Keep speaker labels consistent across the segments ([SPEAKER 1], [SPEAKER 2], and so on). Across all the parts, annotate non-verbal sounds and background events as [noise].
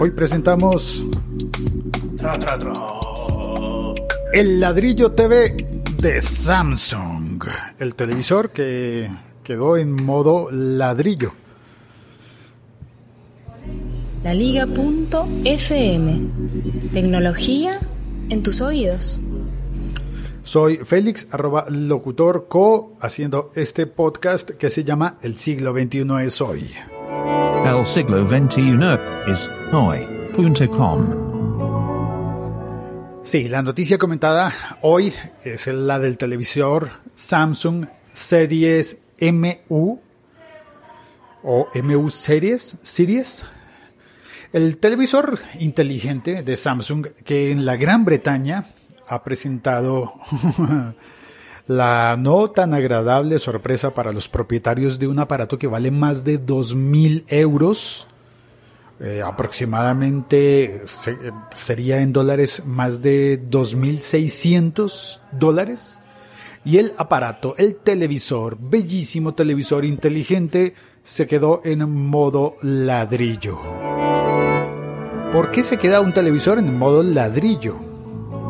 [SPEAKER 1] Hoy presentamos
[SPEAKER 2] Tra, tra, tra.
[SPEAKER 1] El Ladrillo TV de Samsung, el televisor que quedó en modo ladrillo.
[SPEAKER 3] La Liga.fm. Tecnología en tus oídos.
[SPEAKER 1] Soy Félix, arroba locutor co, haciendo este podcast que se llama El siglo XXI es hoy.
[SPEAKER 4] El siglo XXI es hoy.com.
[SPEAKER 1] Sí, la noticia comentada hoy es la del televisor Samsung Series MU o MU Series, Series. El televisor inteligente de Samsung que en la Gran Bretaña ha presentado [laughs] la no tan agradable sorpresa para los propietarios de un aparato que vale más de 2.000 euros. Eh, aproximadamente se- eh, sería en dólares más de 2.600 dólares. Y el aparato, el televisor, bellísimo televisor inteligente, se quedó en modo ladrillo. ¿Por qué se queda un televisor en modo ladrillo?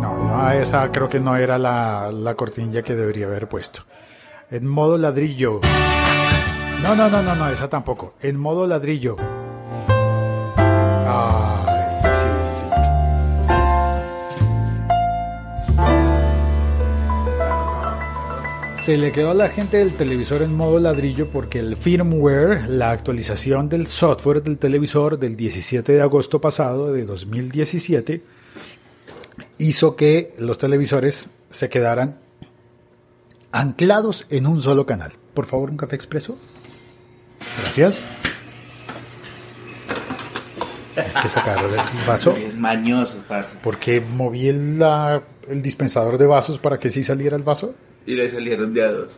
[SPEAKER 1] No, no, esa creo que no era la, la cortinilla que debería haber puesto. En modo ladrillo. No, no, no, no, no, esa tampoco. En modo ladrillo. Ay, sí, sí, sí. Se le quedó a la gente del televisor en modo ladrillo porque el firmware, la actualización del software del televisor del 17 de agosto pasado de 2017, hizo que los televisores se quedaran anclados en un solo canal. Por favor, un café expreso. Gracias. Hay que sacar el vaso
[SPEAKER 2] Es mañoso, parce.
[SPEAKER 1] porque moví el, la- el dispensador de vasos para que sí saliera el vaso.
[SPEAKER 2] Y le salieron de a dos.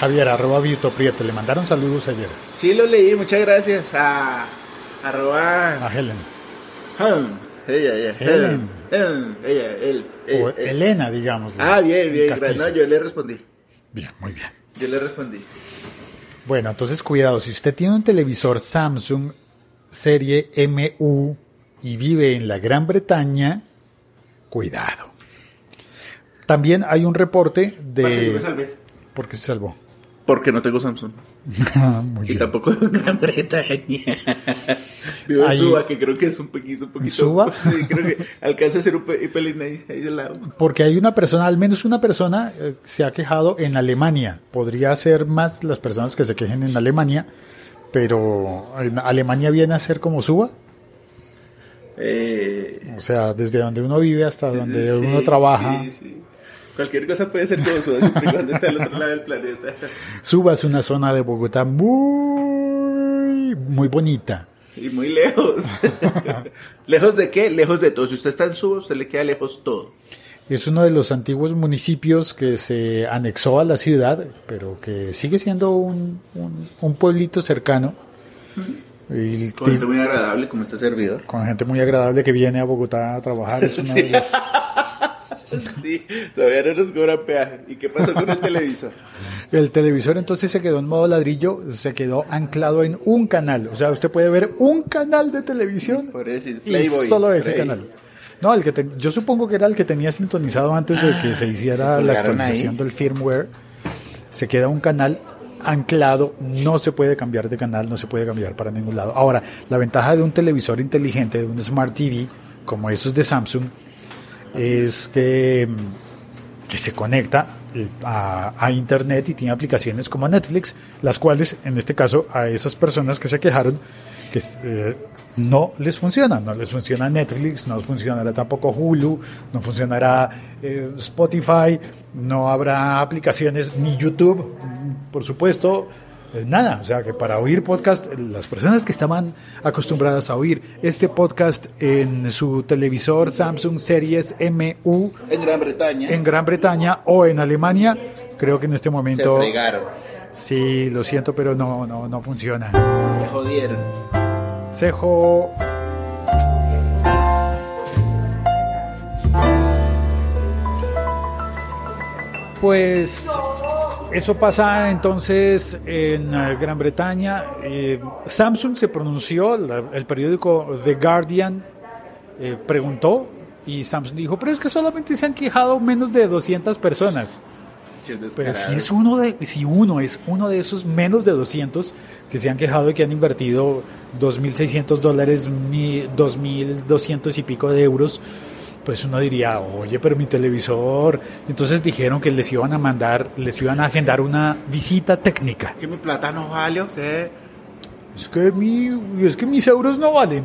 [SPEAKER 1] Javier, arroba Vito Prieto, le mandaron saludos ayer
[SPEAKER 2] Sí, lo leí, muchas gracias a.
[SPEAKER 1] a
[SPEAKER 2] Arroba.
[SPEAKER 1] Helen,
[SPEAKER 2] Hum, Ella, ella.
[SPEAKER 1] Helen.
[SPEAKER 2] hum, hum, Ella, él.
[SPEAKER 1] o
[SPEAKER 2] él, él.
[SPEAKER 1] Elena, digamos. de-
[SPEAKER 2] Eh, Ah, bien, bien.
[SPEAKER 1] Castillo.
[SPEAKER 2] gracias. No, yo le respondí.
[SPEAKER 1] Bien, muy bien.
[SPEAKER 2] Yo le respondí.
[SPEAKER 1] Bueno, entonces cuidado, si usted tiene un televisor Samsung serie MU y vive en la Gran Bretaña, cuidado. También hay un reporte de...
[SPEAKER 2] Parce, yo me salvé.
[SPEAKER 1] ¿Por qué se salvó? [laughs]
[SPEAKER 2] Porque no tengo Samsung.
[SPEAKER 1] Muy
[SPEAKER 2] Y
[SPEAKER 1] bien.
[SPEAKER 2] tampoco en Gran Bretaña. Vivo en
[SPEAKER 1] Ahí-
[SPEAKER 2] Suba, que creo que es un poquito, un poquito.
[SPEAKER 1] Suba?
[SPEAKER 2] Sí, creo que alcanza a ser un pe- un pelín ahí, ahí del lado.
[SPEAKER 1] Porque hay una persona, al menos una persona eh, se ha quejado en Alemania. Podría ser más las personas que se quejen en Alemania, pero en Alemania viene a ser como Suba.
[SPEAKER 2] Eh,
[SPEAKER 1] O sea, desde donde uno vive hasta donde
[SPEAKER 2] sí,
[SPEAKER 1] uno trabaja.
[SPEAKER 2] sí, sí. Cualquier cosa puede ser como Suba, siempre y cuando esté al otro lado del planeta.
[SPEAKER 1] Suba es una zona de Bogotá muy, muy bonita.
[SPEAKER 2] Y
[SPEAKER 1] [laughs]
[SPEAKER 2] muy lejos. ¿Lejos de qué? Lejos de todo. Si usted está en Suba, usted le queda lejos todo.
[SPEAKER 1] Es uno de los antiguos municipios que se anexó a la ciudad, pero que sigue siendo un, un- un pueblito cercano. Y
[SPEAKER 2] Gente muy agradable como este servidor.
[SPEAKER 1] con gente muy agradable que viene a Bogotá a trabajar. Es una de
[SPEAKER 2] Sí.
[SPEAKER 1] las-
[SPEAKER 2] Sí, todavía no nos cobran peaje. ¿Y qué pasó con el televisor?
[SPEAKER 1] El televisor entonces se quedó en modo ladrillo, se quedó anclado en un canal. O sea, usted puede ver un canal de televisión
[SPEAKER 2] Por decir,
[SPEAKER 1] y
[SPEAKER 2] Playboy,
[SPEAKER 1] solo ese
[SPEAKER 2] Play.
[SPEAKER 1] canal. No, el que ten- yo supongo que era el que tenía sintonizado antes de que se hiciera
[SPEAKER 2] se
[SPEAKER 1] la
[SPEAKER 2] colgaron
[SPEAKER 1] actualización
[SPEAKER 2] ahí.
[SPEAKER 1] del firmware. Se queda un canal anclado, no se puede cambiar de canal, no se puede cambiar para ningún lado. Ahora, la ventaja de un televisor inteligente, de un Smart TV, como esos de Samsung, es que mm, que se conecta eh, a, a internet y tiene aplicaciones como Netflix, las cuales en este caso a esas personas que se quejaron que eh, no les funciona, no les funciona Netflix, no funcionará tampoco Hulu, no funcionará eh, Spotify, no habrá aplicaciones ni YouTube, mm, por supuesto, eh, nada, o sea que para oír podcast, las personas que estaban acostumbradas a oír este podcast en su televisor Samsung Series MU
[SPEAKER 2] En Gran Bretaña.
[SPEAKER 1] en Gran Bretaña o en Alemania, creo que en este
[SPEAKER 2] Se
[SPEAKER 1] momento
[SPEAKER 2] fregaron.
[SPEAKER 1] sí, lo siento, pero no, no, no funciona.
[SPEAKER 2] Se jodieron.
[SPEAKER 1] Cejo. Pues Eso pasa entonces en eh, Gran Bretaña. Eh, Samsung se pronunció, la- el periódico The Guardian eh, preguntó y Samsung dijo, pero es que solamente se han quejado menos de 200 personas. Pero si, es uno de, si uno es uno de esos menos de 200 que se han quejado y que han invertido 2.600 dólares, mi- 2.200 y pico de euros, pues uno diría, oye, pero mi televisor. Entonces dijeron que les iban a mandar, les iban a agendar una visita técnica.
[SPEAKER 2] Que mi plata no vale, ¿o qué?
[SPEAKER 1] Es que, mi, es que mis euros no valen.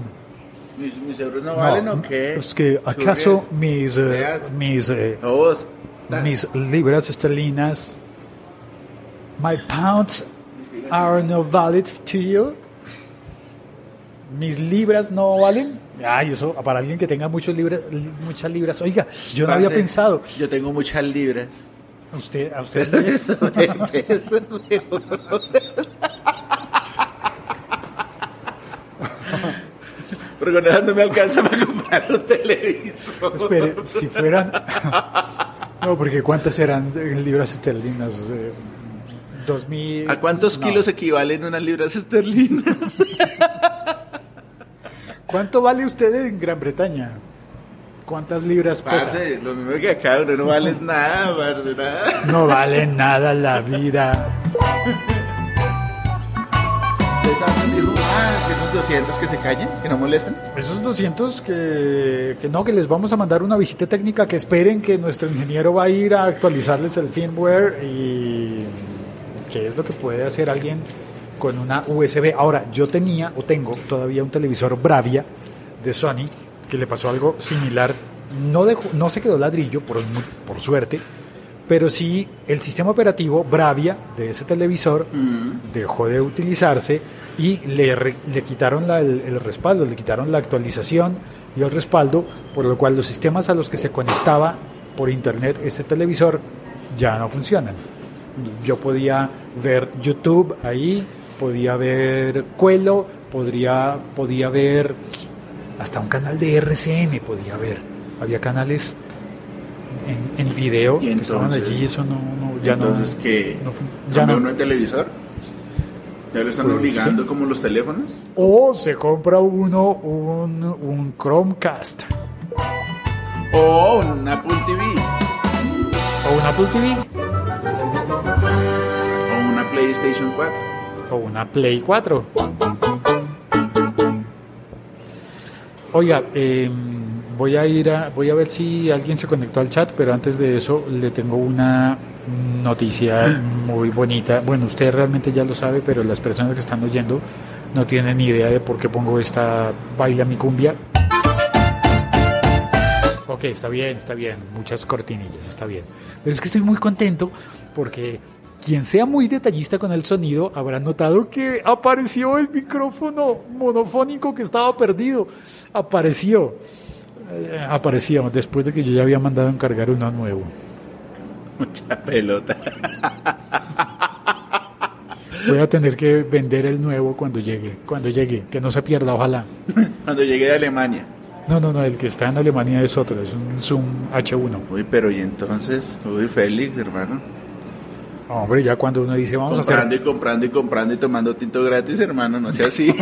[SPEAKER 2] Mis, mis euros no, valen, ¿o qué?
[SPEAKER 1] Es que acaso
[SPEAKER 2] Churrias,
[SPEAKER 1] mis, eh,
[SPEAKER 2] feas,
[SPEAKER 1] mis, eh,
[SPEAKER 2] Todos.
[SPEAKER 1] mis libras esterlinas, my pounds are no valid to you. Mis libras no valen. Ay, eso para alguien que tenga muchos libras, muchas libras. Oiga, yo no había
[SPEAKER 2] Parce,
[SPEAKER 1] pensado.
[SPEAKER 2] Yo tengo muchas libras.
[SPEAKER 1] ¿A usted, a usted
[SPEAKER 2] Pero [laughs]
[SPEAKER 1] le-
[SPEAKER 2] eso de peso, weón. Porque con eso no me alcanza para comprar un televisor.
[SPEAKER 1] Espere, si fueran. [laughs] No, porque ¿cuántas eran en libras esterlinas? Eh, Dos mil.
[SPEAKER 2] ¿A cuántos
[SPEAKER 1] no.
[SPEAKER 2] kilos equivalen unas libras esterlinas?
[SPEAKER 1] ¿Cuánto vale usted en Gran Bretaña? ¿Cuántas libras pesa?
[SPEAKER 2] Parce, lo mismo que acá, uno no vales nada, parce, nada.
[SPEAKER 1] No vale nada la vida.
[SPEAKER 2] Pensando, dijo, ah, que esos 200 que se callen, que no molesten.
[SPEAKER 1] Esos 200 que, que no, que les vamos a mandar una visita técnica, que esperen que nuestro ingeniero va a ir a actualizarles el firmware y qué es lo que puede hacer alguien con una USB. Ahora, yo tenía o tengo todavía un televisor Bravia de Sony que le pasó algo similar. No, dejó- no se quedó ladrillo, por, mu- por suerte, pero sí el sistema operativo Bravia de ese televisor dejó de utilizarse y le, re- le quitaron la- el, el respaldo, le quitaron la actualización y el respaldo, por lo cual los sistemas a los que se conectaba por internet ese televisor ya no funcionan. Yo podía ver YouTube ahí, podía ver Cuelo, podría, podía ver hasta un canal de RCN, podía ver. Había canales en, en video
[SPEAKER 2] Y
[SPEAKER 1] que estaban
[SPEAKER 2] entonces-
[SPEAKER 1] allí, eso no, no- ya no-
[SPEAKER 2] Entonces, que
[SPEAKER 1] no fun- ya
[SPEAKER 2] ya
[SPEAKER 1] no.
[SPEAKER 2] uno de televisor. Ya lo están
[SPEAKER 1] Pues,
[SPEAKER 2] obligando como los teléfonos.
[SPEAKER 1] O se compra uno un, un Chromecast
[SPEAKER 2] O un Apple TV.
[SPEAKER 1] o un Apple TV
[SPEAKER 2] O una PlayStation 4.
[SPEAKER 1] o una Play 4. Oiga, eh, voy a ir a, voy a ver si alguien se conectó al chat, pero antes de eso le tengo una noticia muy bonita. Bueno, usted realmente ya lo sabe, pero las personas que están oyendo no tienen ni idea de por qué pongo esta baila mi cumbia. Ok, está bien, está bien. Muchas cortinillas, está bien. Pero es que estoy muy contento porque quien sea muy detallista con el sonido habrá notado que apareció el micrófono monofónico que estaba perdido. Apareció. Eh, apareció después de que yo ya había mandado encargar uno nuevo.
[SPEAKER 2] Mucha pelota.
[SPEAKER 1] Voy a tener que vender el nuevo cuando llegue. Cuando llegue, que no se pierda, ojalá.
[SPEAKER 2] Cuando llegué de Alemania.
[SPEAKER 1] No, no, no, el que está en Alemania es otro, es un Zoom H1.
[SPEAKER 2] Uy, pero y entonces, uy, Félix, hermano.
[SPEAKER 1] Hombre, ya cuando uno dice vamos a hacer
[SPEAKER 2] comprando y comprando y comprando y tomando tinto gratis, hermano, no
[SPEAKER 1] [laughs]
[SPEAKER 2] sea así.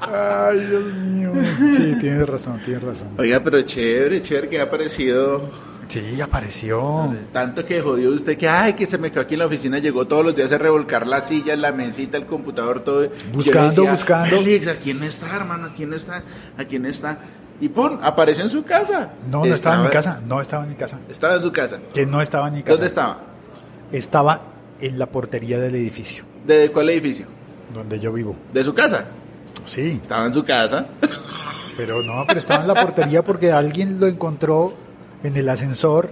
[SPEAKER 1] Ay, Dios mío. Sí, tienes razón, tienes razón.
[SPEAKER 2] Oiga, pero chévere, chévere que ha aparecido.
[SPEAKER 1] Sí, apareció.
[SPEAKER 2] Tanto que jodió usted que, ay, que se me quedó aquí en la oficina, llegó todos los días a revolcar la silla, la mesita, el computador, todo.
[SPEAKER 1] Buscando,
[SPEAKER 2] Yo le
[SPEAKER 1] buscando.
[SPEAKER 2] Félix, ¿a quién está, hermano? ¿A quién está? ¿A quién está? Y pum, apareció en su casa.
[SPEAKER 1] No, no estaba en mi casa. No estaba en mi casa.
[SPEAKER 2] Estaba en su casa.
[SPEAKER 1] Que no estaba en mi casa.
[SPEAKER 2] ¿Dónde estaba?
[SPEAKER 1] Estaba en la portería del edificio
[SPEAKER 2] ¿De cuál edificio?
[SPEAKER 1] donde yo vivo.
[SPEAKER 2] ¿De su casa?
[SPEAKER 1] Sí,
[SPEAKER 2] Estaba en su
[SPEAKER 1] [laughs]
[SPEAKER 2] casa.
[SPEAKER 1] pero no, pero estaba en la portería porque alguien lo encontró en el ascensor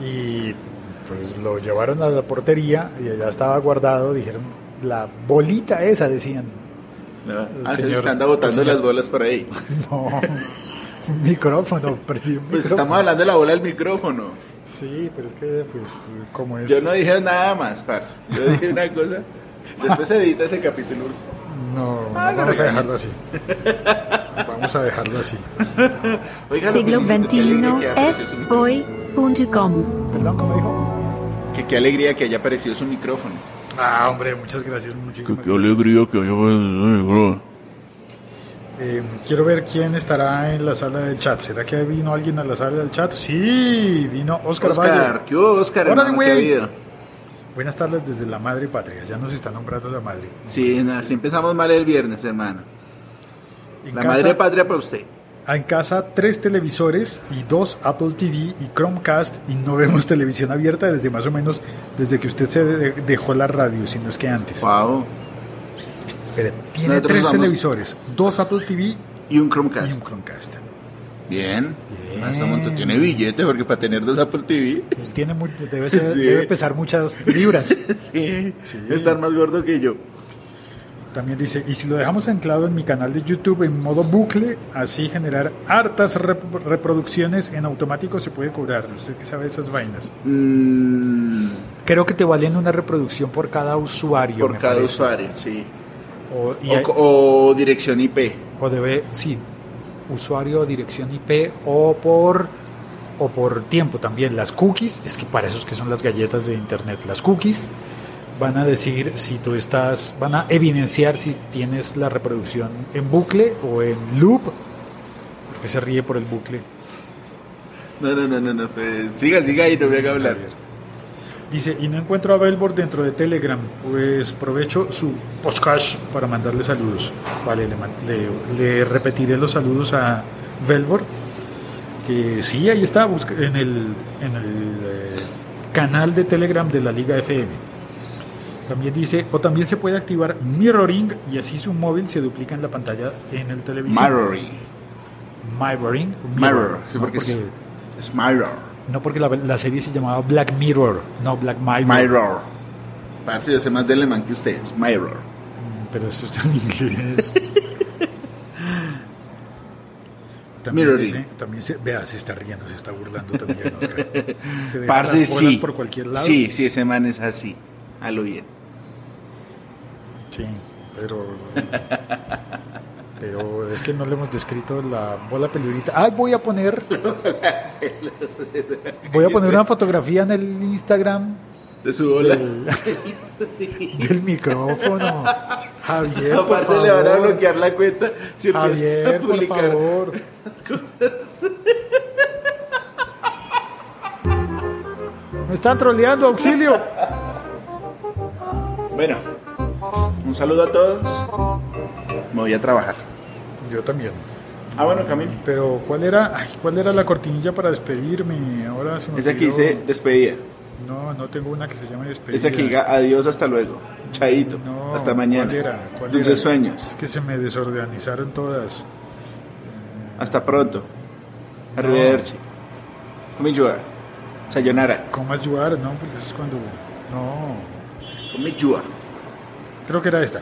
[SPEAKER 1] y pues lo llevaron a la portería y allá estaba guardado. Dijeron, la bolita esa, decían. [laughs]
[SPEAKER 2] Ah, sí,
[SPEAKER 1] señor-
[SPEAKER 2] usted
[SPEAKER 1] [laughs]
[SPEAKER 2] anda
[SPEAKER 1] el
[SPEAKER 2] botando
[SPEAKER 1] señor-
[SPEAKER 2] las bolas por ahí.
[SPEAKER 1] No, un micrófono, perdí un
[SPEAKER 2] Pues
[SPEAKER 1] micrófono.
[SPEAKER 2] estamos hablando de la bola del micrófono.
[SPEAKER 1] Sí, pero es que, pues, como es.
[SPEAKER 2] Yo no dije nada más, parce. Yo dije una cosa. Después edita ese capítulo.
[SPEAKER 1] No, no vamos a dejarlo así. Vamos a dejarlo así.
[SPEAKER 2] Oiga, lo
[SPEAKER 5] Siglo
[SPEAKER 2] felicito, qué alegría que
[SPEAKER 5] XXI
[SPEAKER 2] haya
[SPEAKER 5] es
[SPEAKER 2] aparecido su-
[SPEAKER 5] hoy.com.
[SPEAKER 1] Perdón, ¿cómo dijo?
[SPEAKER 2] que qué alegría que haya aparecido su micrófono.
[SPEAKER 1] Ah, hombre, muchas gracias, muchísimas gracias.
[SPEAKER 2] que haya aparecido
[SPEAKER 1] Eh, quiero ver quién estará en la sala del chat. ¿Será que vino alguien a la sala del chat? Sí, vino Oscar, Valle.
[SPEAKER 2] Oscar, ¿qué hubo, Oscar?
[SPEAKER 1] Órale,
[SPEAKER 2] hermano? ¿Qué ha
[SPEAKER 1] güey.
[SPEAKER 2] habido?
[SPEAKER 1] Buenas tardes desde la madre patria. Ya nos está nombrando la madre.
[SPEAKER 2] Sí, nada, sí empezamos mal el viernes, hermano.
[SPEAKER 1] En
[SPEAKER 2] La
[SPEAKER 1] casa-
[SPEAKER 2] madre patria para usted.
[SPEAKER 1] Ah, En casa, tres televisores y dos Apple TV y Chromecast y no vemos [laughs] televisión abierta desde más o menos desde que usted se de- dejó la radio, si no es que antes.
[SPEAKER 2] Wow.
[SPEAKER 1] Espere, tiene
[SPEAKER 2] Nosotros
[SPEAKER 1] tres
[SPEAKER 2] vamos-
[SPEAKER 1] televisores, dos Apple TV
[SPEAKER 2] Y un
[SPEAKER 1] y un
[SPEAKER 2] Chromecast.
[SPEAKER 1] Chromecast.
[SPEAKER 2] Bien.
[SPEAKER 1] Bien.
[SPEAKER 2] Hasta monto tiene billete porque para tener dos Apple TV.
[SPEAKER 1] Él tiene mu- debe, ser-
[SPEAKER 2] Sí.
[SPEAKER 1] debe pesar muchas libras.
[SPEAKER 2] [laughs] Sí, estar más gordo que yo.
[SPEAKER 1] También dice, y si lo dejamos anclado en mi canal de YouTube en modo bucle, así generar hartas rep- reproducciones en automático se puede cobrar. Usted que sabe esas vainas.
[SPEAKER 2] Mm,
[SPEAKER 1] Creo que te valen una reproducción por cada usuario.
[SPEAKER 2] por
[SPEAKER 1] me
[SPEAKER 2] cada
[SPEAKER 1] parece.
[SPEAKER 2] usuario, sí.
[SPEAKER 1] O, y
[SPEAKER 2] O,
[SPEAKER 1] hay-
[SPEAKER 2] o dirección IP.
[SPEAKER 1] o debe, sí, usuario, dirección IP o por o por tiempo también. Las cookies, es que para esos que son las galletas de internet, las cookies van a decir si tú estás, van a evidenciar si tienes la reproducción en bucle o en loop. Porque se ríe por el bucle.
[SPEAKER 2] No, no, no, no, no. Fede. Siga, siga y no voy a hablar.
[SPEAKER 1] Dice, y no encuentro a Belbor dentro de Telegram, pues provecho su podcast para mandarle saludos. Vale, le, man- le- le repetiré los saludos a Belbor, que sí, ahí está, busca- en el, en el eh, canal de Telegram de la Liga FM. También dice, o también se puede activar mirroring y así su móvil se duplica en la pantalla en el televisor.
[SPEAKER 2] Mirroring.
[SPEAKER 1] Mirroring.
[SPEAKER 2] Mirror. Sí,
[SPEAKER 1] no,
[SPEAKER 2] porque es,
[SPEAKER 1] porque-
[SPEAKER 2] es mirror.
[SPEAKER 1] no, porque la, la serie se llamaba Black Mirror, no Black
[SPEAKER 2] Mirror. Parce, yo sé más de alemán que ustedes. Mirror.
[SPEAKER 1] Pero eso está en
[SPEAKER 2] [laughs]
[SPEAKER 1] inglés. También,
[SPEAKER 2] Mirroring.
[SPEAKER 1] dice, también se, vea, se está riendo, se está burlando también,
[SPEAKER 2] [laughs]
[SPEAKER 1] Oscar. Se deja
[SPEAKER 2] Parce,
[SPEAKER 1] las bolas
[SPEAKER 2] sí.
[SPEAKER 1] por cualquier lado.
[SPEAKER 2] Sí, sí, ese man es así. A lo bien.
[SPEAKER 1] Sí, pero. Pero es que no le hemos descrito la bola peludita. Ah, voy a poner. Voy a poner una fotografía en el Instagram
[SPEAKER 2] De su bola.
[SPEAKER 1] del, del micrófono. Javier, por
[SPEAKER 2] [laughs] Aparte le van a
[SPEAKER 1] favor.
[SPEAKER 2] bloquear la cuenta si empieza a
[SPEAKER 1] Javier, por
[SPEAKER 2] publicar
[SPEAKER 1] favor.
[SPEAKER 2] cosas.
[SPEAKER 1] Me están troleando, auxilio.
[SPEAKER 2] Bueno, un saludo a todos. Me voy a trabajar.
[SPEAKER 1] Yo también.
[SPEAKER 2] Ah, bueno, Camilo.
[SPEAKER 1] Pero ¿cuál era, ay, cuál era la cortinilla para despedirme? Ahora se me
[SPEAKER 2] Esa que
[SPEAKER 1] olvidó.
[SPEAKER 2] dice despedida.
[SPEAKER 1] No, no tengo una que se llame despedida.
[SPEAKER 2] Esa que diga adiós hasta luego. Chaito.
[SPEAKER 1] No,
[SPEAKER 2] hasta mañana.
[SPEAKER 1] ¿cuál era? ¿Cuál
[SPEAKER 2] Dulces
[SPEAKER 1] era?
[SPEAKER 2] sueños.
[SPEAKER 1] Es que se me desorganizaron todas.
[SPEAKER 2] Hasta pronto. Arrivederci. Konnichiwa. Sayonara.
[SPEAKER 1] ¿Cómo ayudar? No, porque eso es cuando no.
[SPEAKER 2] Konnichiwa.
[SPEAKER 1] Creo que era esta.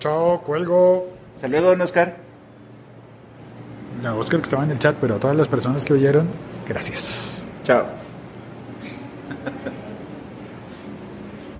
[SPEAKER 1] Chao, cuelgo.
[SPEAKER 2] Hasta luego, don Oscar.
[SPEAKER 1] La Oscar que estaba en el chat, pero a todas las personas que oyeron, gracias.
[SPEAKER 2] Chao.